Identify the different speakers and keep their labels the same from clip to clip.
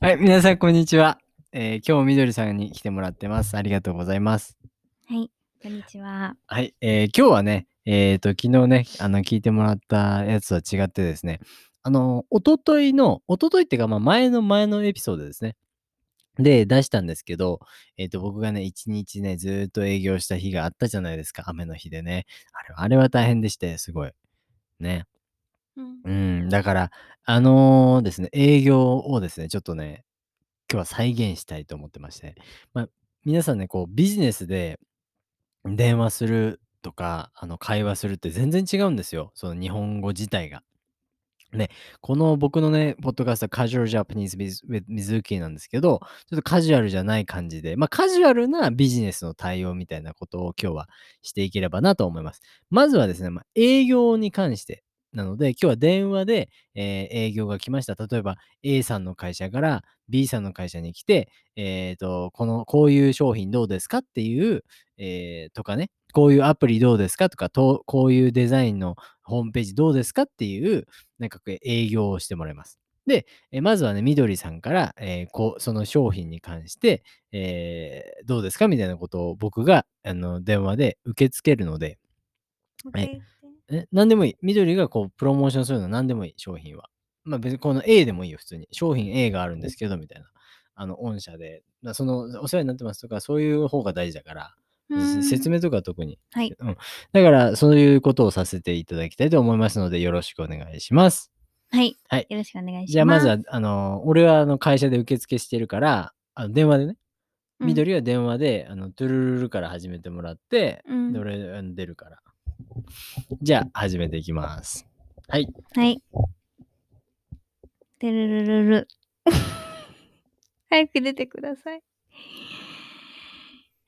Speaker 1: はい、皆さん、こんにちは。えー今日もみどりさんに来てもらってます。ありがとうございます。
Speaker 2: はい、こんにちは。
Speaker 1: はい、えー今日はね、えっ、と、昨日ね、あの、聞いてもらったやつとは違ってですね、あの、一昨日の、一昨日っていうか、まあ、前の前のエピソードですね。で、出したんですけど、えっ、と、僕がね、一日ね、ずーっと営業した日があったじゃないですか、雨の日でね。あれはあれは大変でして、すごい。ね。
Speaker 2: うん
Speaker 1: うん、だから、あのーですね、営業をですね、ちょっとね、今日は再現したいと思ってまして、まあ、皆さんね、こう、ビジネスで電話するとか、あの、会話するって全然違うんですよ、その日本語自体が。ね、この僕のね、ポッドキャスト、カジュアルジャパニーズ・ウィズ・ミズキなんですけど、ちょっとカジュアルじゃない感じで、まあ、カジュアルなビジネスの対応みたいなことを今日はしていければなと思います。まずはですね、まあ、営業に関してなので、今日は電話で、えー営業が来ました。例えば A さんの会社から B さんの会社に来て、えっ、と、この、こういう商品どうですかっていう、えーとかね、こういうアプリどうですかとかと、こういうデザインのホームページどうですかっていう、なんかこう営業をしてもらいます。で、えーまずはね、みどりさんから、えーこうその商品に関して、えーどうですかみたいなことを僕があの電話で受け付けるので、
Speaker 2: もう一回言って
Speaker 1: え、何でもいい。緑がこう、プロモーションするのは何でもいい、商品は。まあ別にこの A でもいいよ、普通に。商品 A があるんですけど、みたいな。あの、御社で、まあその、お世話になってますとか、そういう方が大事だから、
Speaker 2: うん
Speaker 1: 説明とか特に。
Speaker 2: はい
Speaker 1: うん。だから、そういうことをさせていただきたいと思いますので、よろしくお願いします。
Speaker 2: はい、
Speaker 1: はい
Speaker 2: よろしくお願いします。
Speaker 1: じゃあ、まずは、あの、俺はあの会社で受付してるから、あの電話でね。
Speaker 2: うん、
Speaker 1: 緑は電話で、あの、トゥルルルから始めてもらって、
Speaker 2: うん
Speaker 1: で、俺あの出るから。じゃあ、始めていきます。はい。
Speaker 2: はい。てるるるる。早く出てください。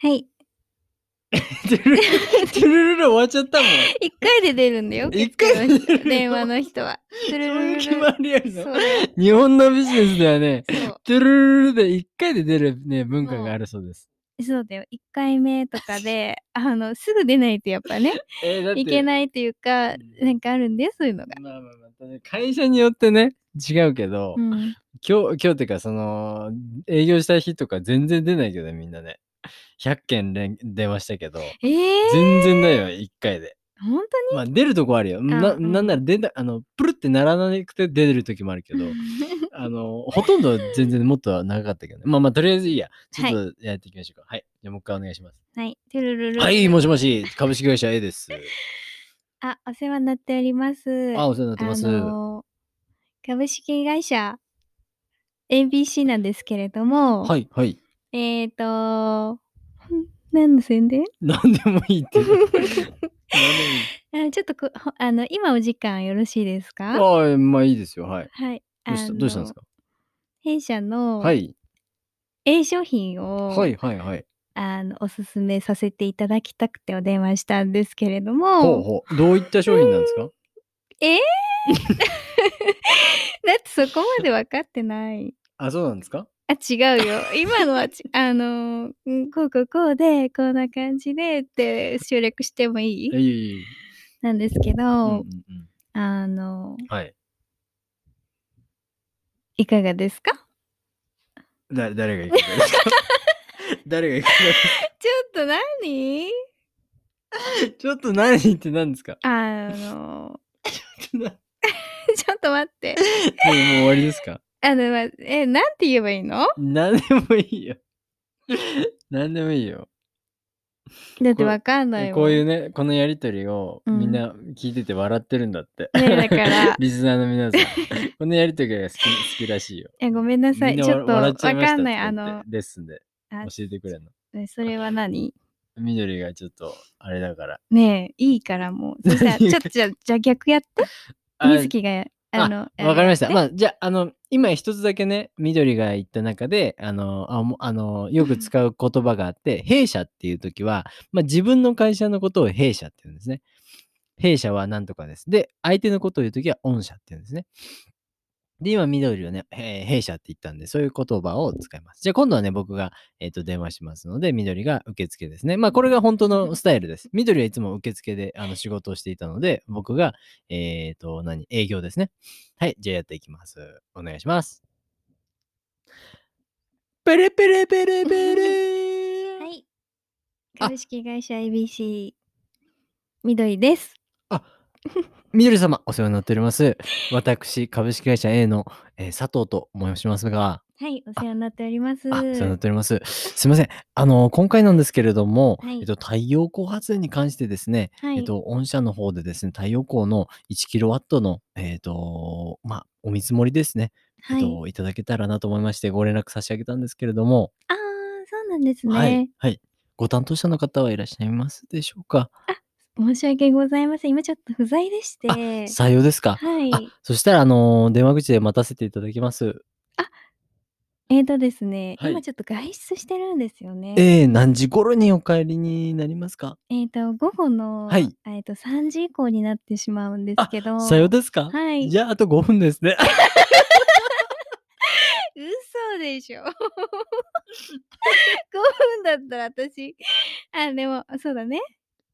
Speaker 2: はい。
Speaker 1: トゥルルトゥルルル終わっちゃったもん。
Speaker 2: 一回で出るんだよ。
Speaker 1: 一回で出るの
Speaker 2: 電話の人は。て
Speaker 1: そう
Speaker 2: る
Speaker 1: い
Speaker 2: るる
Speaker 1: う
Speaker 2: る。
Speaker 1: 決まりやる
Speaker 2: そう
Speaker 1: の。
Speaker 2: だよ
Speaker 1: 日本のビジネスではね、
Speaker 2: そ
Speaker 1: トゥルルルで一回で出るね、文化があるそう です。
Speaker 2: うそうだよ。一回目とかで、あの、すぐ出ないとやっぱね、
Speaker 1: えーだって
Speaker 2: いけないというか、なんかあるんだよ、そういうのが。
Speaker 1: まあまあまあ確かに会社によってね、違うけど、
Speaker 2: うん。
Speaker 1: 今日、今日っていうか、その、営業した日とか全然出ないけど、みんなね。100件連電話したけど、
Speaker 2: えー、
Speaker 1: 全然ないよ、1回で。
Speaker 2: 本
Speaker 1: まあ、出るとこあるよ。な
Speaker 2: うん
Speaker 1: なんなら出た、あの、プルってならなくて出る時もあるけ
Speaker 2: 当
Speaker 1: ど
Speaker 2: に、
Speaker 1: あの、ほとんど全然もっと長かったけどね。まあまあ、とりあえずいいや。ちょっとやっていきましょうか。はい。じゃあ、もう一回お願いします。
Speaker 2: はい、てるるる。
Speaker 1: はい、もしもし、株式会社 A です。
Speaker 2: あ、お世話になっております。
Speaker 1: あ、お世話になってます。
Speaker 2: あのー株式会社 ABC なんですけれども、
Speaker 1: はい、はい。
Speaker 2: えっ、ー、とん何の宣伝
Speaker 1: 何でもいい って。何でもいい。
Speaker 2: あちょっとこほあの今お時間よろしいですか
Speaker 1: ああ、まあいいですよ。はい。
Speaker 2: はい。
Speaker 1: どうしたどうしたんです
Speaker 2: か
Speaker 1: か
Speaker 2: 弊社の
Speaker 1: はい。
Speaker 2: A 商品を、
Speaker 1: はい、はい、はい。
Speaker 2: あのおすすめさせていただきたくてお電話したんですけれども、
Speaker 1: ほうほう。どういった商品なんですか
Speaker 2: だってそこまで分かってない。
Speaker 1: あ、そうなんですか
Speaker 2: あ、違うよ。今の はち、あのー、んこうこうこうで、こんな感じでって省略してもい
Speaker 1: いや
Speaker 2: い
Speaker 1: いやいやいや
Speaker 2: なんですけ
Speaker 1: うんうん
Speaker 2: ど、
Speaker 1: うん
Speaker 2: あのー、
Speaker 1: はい。
Speaker 2: いかがですか
Speaker 1: だ誰がいくんです か誰がいくんです
Speaker 2: ちょっと何
Speaker 1: かちょっと何って何ですか
Speaker 2: あの
Speaker 1: もうもう
Speaker 2: ー、ちょっと待って。
Speaker 1: 終わりですか
Speaker 2: あの、まえ、なんて言えばいいの
Speaker 1: 何でもいいよ。何でもいいよ。
Speaker 2: だってわかんないもん。
Speaker 1: こういうね、このやりとりを
Speaker 2: うん
Speaker 1: みんな聞いてて笑ってるんだって。
Speaker 2: ね だから
Speaker 1: リスナーの皆 さん、このやりとりが好き好きらしいよ。
Speaker 2: えごめんなさい。
Speaker 1: みん
Speaker 2: ち
Speaker 1: な
Speaker 2: ょっと
Speaker 1: 笑
Speaker 2: わ
Speaker 1: っちゃ
Speaker 2: か
Speaker 1: いました
Speaker 2: んない。あ
Speaker 1: とか言っ
Speaker 2: の
Speaker 1: て、レッスンで
Speaker 2: あ
Speaker 1: 教えてくれんの。
Speaker 2: えそれは何
Speaker 1: 緑がちょっとあれだから。
Speaker 2: ねえ、いいからもう。そしたらちょっとじゃあ、じゃあ逆やって。
Speaker 1: あ
Speaker 2: みずきが、あの、
Speaker 1: わかりました。
Speaker 2: ね
Speaker 1: まあ、じゃあ、あの、今一つだけね、緑が言った中で、あの、あもあのよく使う言葉があって、弊社っていう時は、まあ、自分の会社のことを弊社って言うんですね。弊社は何とかです。で、相手のことを言う時は御社って言うんですね。で、今、緑をね、へ弊社って言ったんで、そういう言葉を使います。じゃあ、今度はね、僕が、えっ、と、電話しますので、緑が受付ですね。まあ、これが本当のスタイルです。緑はいつも受付で、あの、仕事をしていたので、僕が、えっ、と、何営業ですね。はい、じゃあやっていきます。お願いします。ペレペレペレペレ。
Speaker 2: はい。
Speaker 1: あ
Speaker 2: 株式会社 ABC 緑です。
Speaker 1: みどり様、お世話になっております。私、株式会社 A の、えー佐藤と申しますが、
Speaker 2: はい、お世話になっております。
Speaker 1: あ、お世話になっております。すいません。あの、今回なんですけれども、
Speaker 2: はい
Speaker 1: えっと、太陽光発電に関してですね、
Speaker 2: はい。
Speaker 1: えっと、御社の方でですね、太陽光の1キロワットの、えっと、まあ、お見積もりですね、
Speaker 2: は
Speaker 1: えっ。
Speaker 2: い
Speaker 1: と、いただけたらなと思いまして、ご連絡差し上げたんですけれども、
Speaker 2: ああ、そうなんですね。
Speaker 1: はい、はい。ご担当者の方はいらっしゃいますでしょうか
Speaker 2: 申し訳ございません。今ちょっと不在でして。
Speaker 1: あ
Speaker 2: は
Speaker 1: 採用ですか、
Speaker 2: い。
Speaker 1: あ、そしたら、あのー電話口で待たせていただきます。
Speaker 2: えーとですね、
Speaker 1: はい
Speaker 2: 今ちょっと外出してるんですよね。
Speaker 1: えー、何時頃にお帰りになりますか
Speaker 2: えっ、と、午後の、
Speaker 1: はい
Speaker 2: えっと、3時以降になってしまうんですけど。
Speaker 1: さようですか
Speaker 2: はい
Speaker 1: じゃあ、あと5分ですね。
Speaker 2: 嘘でしょ。5分だったら私。あ、でも、そうだね。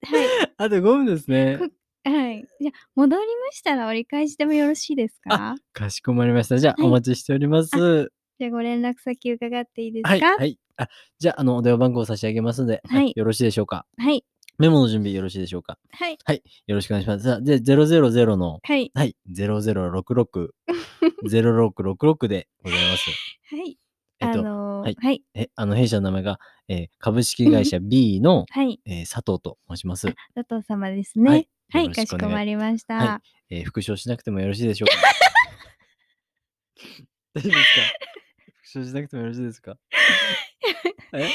Speaker 2: はい。
Speaker 1: あと5分です ね。
Speaker 2: はい。じゃあ戻りましたら折り返してもよろしいですか
Speaker 1: かしこまりました。じゃあ、
Speaker 2: はい
Speaker 1: お待ちしております。
Speaker 2: じゃあご連絡先伺っていいですか
Speaker 1: はい。
Speaker 2: は。
Speaker 1: はいい。あじゃあ、あの、お電話番号を差し上げますので、
Speaker 2: はい
Speaker 1: よろしいでしょうか。
Speaker 2: はい。
Speaker 1: メモの準備よろしいでしょうか。
Speaker 2: はい。
Speaker 1: よろしくお願いします。さあで、000の、
Speaker 2: はい。
Speaker 1: はい、0066、0666でございます。えっ
Speaker 2: あ
Speaker 1: と、
Speaker 2: のー
Speaker 1: はい
Speaker 2: はい。
Speaker 1: えあの弊社の名前が、えー株式会社 B の、
Speaker 2: はい。
Speaker 1: えー佐藤と申します。
Speaker 2: 佐藤様ですね。は
Speaker 1: よ
Speaker 2: い。
Speaker 1: ろ
Speaker 2: か
Speaker 1: し
Speaker 2: し
Speaker 1: くお
Speaker 2: こ
Speaker 1: 願い
Speaker 2: まりました。
Speaker 1: はえー復唱しなくてもよろしいでしょうか 大丈夫ですか復唱しなくてもよろしいですかえ
Speaker 2: う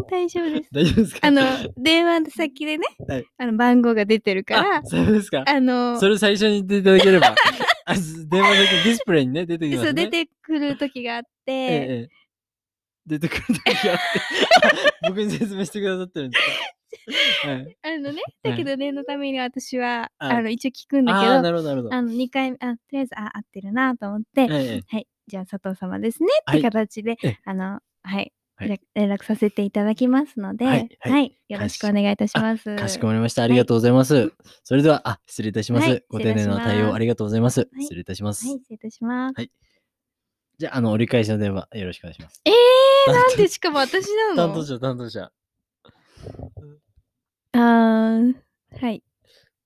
Speaker 2: ん大丈 夫です。
Speaker 1: 大丈夫ですか
Speaker 2: あの、電話の先でね、
Speaker 1: はい
Speaker 2: あの番号が出てるか
Speaker 1: あ
Speaker 2: ら、あ
Speaker 1: そうですか
Speaker 2: の、
Speaker 1: それ最初に言っていただけれ ばあす電話先のディスプレイにね出てきますね
Speaker 2: そう出てくる時があって、
Speaker 1: ええええ出てくる時があって あ僕に説明してくださってるんですか、 はい、
Speaker 2: あのね、だけど念のために私は、
Speaker 1: はい
Speaker 2: あの一応聞くんだけ
Speaker 1: ああー
Speaker 2: ど、
Speaker 1: なるほどなるほど
Speaker 2: あの2回目、あとりあえず、あ、合ってるなと思って、
Speaker 1: ええええ
Speaker 2: はい、じゃあ佐藤様ですねっ
Speaker 1: は
Speaker 2: て
Speaker 1: い
Speaker 2: 形で、
Speaker 1: ええ
Speaker 2: あの、はい、
Speaker 1: はい
Speaker 2: 連連絡させていただきますので、は
Speaker 1: はいい、はい
Speaker 2: よろしくお願いいたします。
Speaker 1: かしこまりました。ありがとうございます。それでは、あ、失礼いたします。
Speaker 2: はい
Speaker 1: ご丁寧な対応ありがとうございます。
Speaker 2: い
Speaker 1: 失礼いたします。
Speaker 2: はい、失礼いたします。
Speaker 1: はいじゃあ、あの、折り返しの電話、よろしくお願いします。
Speaker 2: えー、なんでしかも私な
Speaker 1: 担
Speaker 2: の
Speaker 1: 当者、担当者。
Speaker 2: あーはい。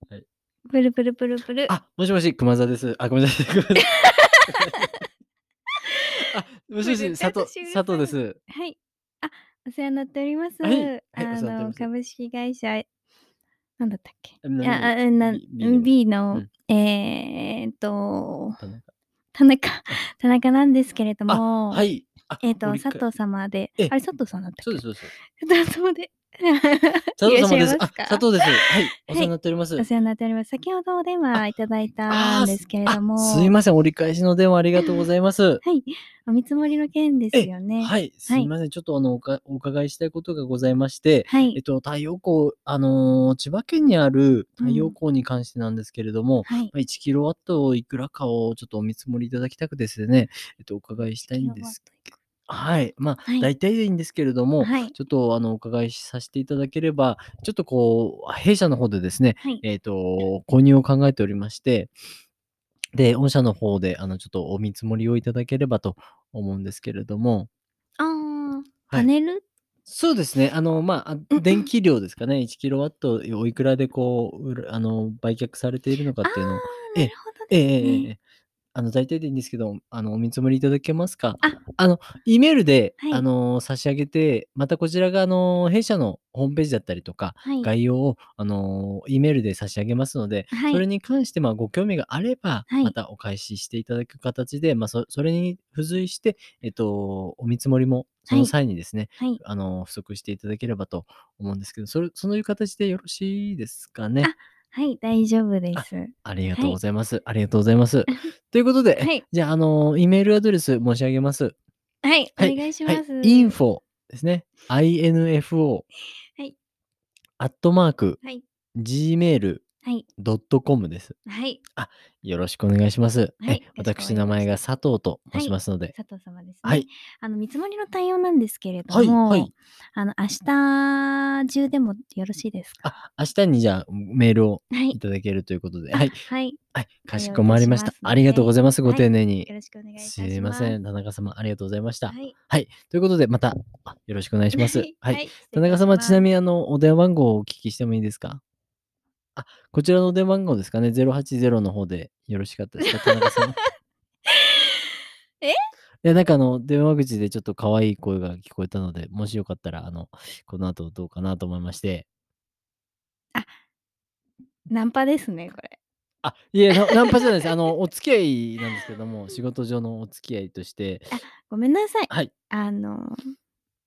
Speaker 1: はい
Speaker 2: プルプルプルプル。
Speaker 1: あ、もしもし、熊沢です。あ、ごめんなさい。ごめんなさ いあ、もしも
Speaker 2: もう
Speaker 1: し、
Speaker 2: 絶対
Speaker 1: 佐藤
Speaker 2: 私うる、さい
Speaker 1: 佐藤です。
Speaker 2: はい。あ、お世話になっております。
Speaker 1: はいはい
Speaker 2: あ
Speaker 1: お世話になっており
Speaker 2: の、
Speaker 1: ます
Speaker 2: 株式会社、なんだったっけ
Speaker 1: え何
Speaker 2: あ、あな
Speaker 1: B- B の
Speaker 2: B の、えーっと、田中、田中なんですけれども、
Speaker 1: はい。あ
Speaker 2: えーっと、
Speaker 1: 折り
Speaker 2: 佐
Speaker 1: 返
Speaker 2: 藤様で、あ
Speaker 1: え
Speaker 2: れ
Speaker 1: え
Speaker 2: 佐藤さんだった
Speaker 1: そ
Speaker 2: っ
Speaker 1: う
Speaker 2: け
Speaker 1: です、そうです。
Speaker 2: 佐 藤様で。
Speaker 1: 佐藤様で
Speaker 2: いらっし
Speaker 1: す
Speaker 2: ゃい。ま
Speaker 1: あ
Speaker 2: すか、
Speaker 1: 佐藤 です。はい。お世話になっております。
Speaker 2: お世話になっております。先ほどお電話いただい
Speaker 1: あ
Speaker 2: たんですけれども、
Speaker 1: あすいません、折り返しの電話ありがとうございます。
Speaker 2: はい、お見積もりの件ですよね。
Speaker 1: はい、すみません、ちょっとあのおかお伺いしたいことがございまして、
Speaker 2: はい
Speaker 1: えっと、太陽光、あのー千葉県にある
Speaker 2: うん
Speaker 1: 太陽光に関してなんですけれども、
Speaker 2: はい。
Speaker 1: まあ1キロワットをいくらかをちょっとお見積もりいただきたくですね、えっと、お伺いしたいんです。はい、まあ、
Speaker 2: はい
Speaker 1: 大体でいいんですけれども、
Speaker 2: はい。
Speaker 1: ちょっとあのお伺いさせていただければ、ちょっとこう、弊社の方でですね、
Speaker 2: はい
Speaker 1: えっ、と、購入を考えておりまして、で、御社の方で、あの、ちょっとお見積もりをいただければと思うんですけれども、
Speaker 2: あー、
Speaker 1: は
Speaker 2: パ
Speaker 1: い
Speaker 2: ネル
Speaker 1: そうですね。あの、まあ
Speaker 2: うんう
Speaker 1: あ、
Speaker 2: ん
Speaker 1: 電気量ですかね。1キロワットおいくらでこう、売るあの、売却されているのかっていうのを。
Speaker 2: あ
Speaker 1: え
Speaker 2: ーな
Speaker 1: え
Speaker 2: るほど
Speaker 1: ええ
Speaker 2: です
Speaker 1: えええ
Speaker 2: ね。
Speaker 1: えあの、大体でいいんですけど、あの、お見積もりいただけますか
Speaker 2: あ
Speaker 1: の、E メールで、
Speaker 2: はい
Speaker 1: あの、差し上げて、またこちらが、あの、弊社のホームページだったりとか、
Speaker 2: はい。
Speaker 1: 概要を、あの、E メールで差し上げますので、
Speaker 2: はい
Speaker 1: それに関して、まあ、ご興味があれば、
Speaker 2: はい
Speaker 1: またお返ししていただく形で、まあ、そそれに付随して、えっと、お見積もりも、そ
Speaker 2: はい
Speaker 1: の際にですね、
Speaker 2: はい。
Speaker 1: あの、不足していただければと思うんですけど、それ、そういう形でよろしいですかね。
Speaker 2: はい、大丈夫です。
Speaker 1: ありが
Speaker 2: は
Speaker 1: と
Speaker 2: いう
Speaker 1: ございます。ありがとうござい ます。ということで、
Speaker 2: はい
Speaker 1: じゃあ、あの、イメールアドレス申し上げます。
Speaker 2: はい、
Speaker 1: はい
Speaker 2: お願いし
Speaker 1: は
Speaker 2: ま
Speaker 1: い
Speaker 2: す。。
Speaker 1: info ですね。info。
Speaker 2: はい
Speaker 1: アットマーク、
Speaker 2: はい。
Speaker 1: gmail.com
Speaker 2: はい。
Speaker 1: ドットコムです。
Speaker 2: はい。
Speaker 1: よろしくお願いします。
Speaker 2: はい
Speaker 1: え私、名前が佐藤と申しますので。
Speaker 2: 佐藤様ですね。
Speaker 1: はい。
Speaker 2: あの見積もりの対応なんですけれど
Speaker 1: はい
Speaker 2: も、
Speaker 1: はい
Speaker 2: あの明日中でもよろしいですか。
Speaker 1: あ、明日にじゃあメールを
Speaker 2: はいい。
Speaker 1: ただけるということで。
Speaker 2: あ
Speaker 1: はい。
Speaker 2: はい。
Speaker 1: はい。かしこまりました。ありがとうございます。
Speaker 2: はい
Speaker 1: ご丁寧に。
Speaker 2: よろしくお願いいたしますす。
Speaker 1: いません。田中様、ありがとうございました。
Speaker 2: は
Speaker 1: はい。
Speaker 2: い。
Speaker 1: ということで、またあよろしくお願いし ます。はい。
Speaker 2: はい。
Speaker 1: 田中様、ちな
Speaker 2: に。
Speaker 1: みに、あの、お電話番号をお聞きしてもいいですかあ、こちらのお電話番号ですかね。080の方でよろしかったですか田中様。
Speaker 2: え
Speaker 1: いや、なんかあの、電話口でちょっと可愛い声が聞こえたので、もしよかったら、あの、この後どうかなと思いまして。
Speaker 2: ナンパですね、これ。
Speaker 1: あ、いや、なナンパじゃないです。あの、お付き合いなんですけども、仕事上のお付き合いとして、
Speaker 2: ごめんなさい。
Speaker 1: はい。
Speaker 2: あの、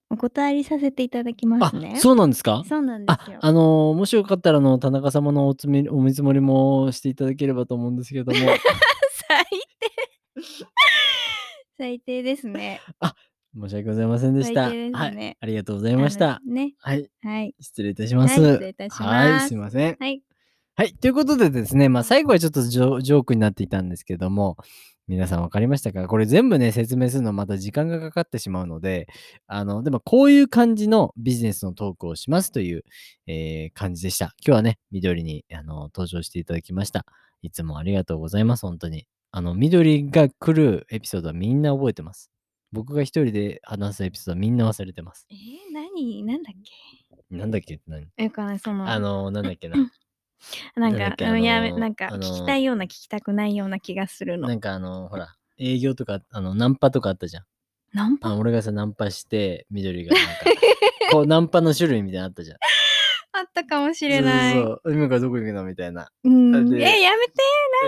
Speaker 2: お断りさせていただきま
Speaker 1: あ
Speaker 2: すね。、
Speaker 1: そうなんですか
Speaker 2: そうなんで
Speaker 1: あ
Speaker 2: すよ、。
Speaker 1: あのーもしよかったら、あの、田中様のおつみお見積もりもしていただければと思うんですけども、
Speaker 2: 最低。 最低ですね。
Speaker 1: 申し訳ございませんでした。
Speaker 2: 最低です
Speaker 1: はい。
Speaker 2: ね
Speaker 1: ありがとうございました
Speaker 2: あ。のね。
Speaker 1: はい。
Speaker 2: はい。
Speaker 1: 失礼いたします。
Speaker 2: はい失礼いたします
Speaker 1: はい、すいません。
Speaker 2: はい。
Speaker 1: はい。ということでですね、まあ、最後はちょっとジョジョークになっていたんですけども、皆さん分かりましたかこれ全部ね、説明するのまた時間がかかってしまうので、あの、でもこういう感じのビジネスのトークをしますという、えー感じでした。今日はね、緑にあの登場していただきました。いつもありがとうございます、本当に。あの、緑が来るエピソードはみんな覚えてます。僕が一人で話すエピソードはみんな忘れてます。
Speaker 2: えー、何なんだっ
Speaker 1: なんだっけって何
Speaker 2: けよくわかんないその、
Speaker 1: あの、なんだっけな。
Speaker 2: な
Speaker 1: な
Speaker 2: ん
Speaker 1: んだ
Speaker 2: か
Speaker 1: っ、け
Speaker 2: あのやめ
Speaker 1: あの
Speaker 2: なんか、
Speaker 1: あの
Speaker 2: 聞きたいような、聞きたくないような気がするの。
Speaker 1: なんかあの、ほら、営業とか、あの、ナンパとかあったじゃん。
Speaker 2: ナン
Speaker 1: あ
Speaker 2: パ
Speaker 1: の俺がさ、ナンパして、緑がなん か、こう、ナンパの種類みたいなのあったじゃん。
Speaker 2: あったかもしれない。
Speaker 1: そううそう今からどこ行くのみたいな。
Speaker 2: ん。
Speaker 1: で
Speaker 2: え、やめて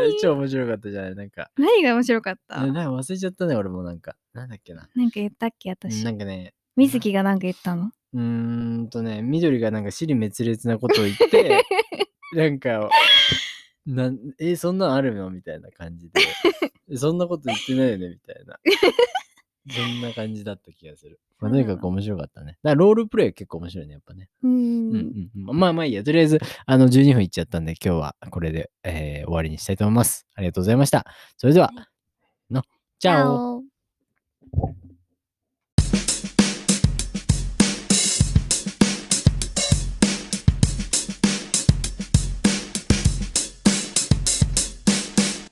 Speaker 1: え超面白かったじゃない。なんか、
Speaker 2: 何が面白かった
Speaker 1: ななんか忘れちゃったね、俺もなんか。なんだっけな。
Speaker 2: なんか言ったっけ私
Speaker 1: な。んかね、
Speaker 2: 水木がなんか言ったの
Speaker 1: うーんとね、緑がなんか尻滅裂なことを言 って、なんか、なんえ、そんなんあるのみたいな感じ で。えそんなこと言ってないよねみたいな。 そんな感じだった気がする。まあ、と
Speaker 2: そうな
Speaker 1: に
Speaker 2: の
Speaker 1: かく面白かったね。だからロールプレイは結構面白いね、やっぱね。
Speaker 2: う
Speaker 1: うん
Speaker 2: ん。
Speaker 1: うんうん、まあまあいいや。とりあえず、あの、12分いっちゃったんで、今日はこれで、えー終わりにしたいと思います。ありがとうございました。それでは、の、チャオ
Speaker 2: オ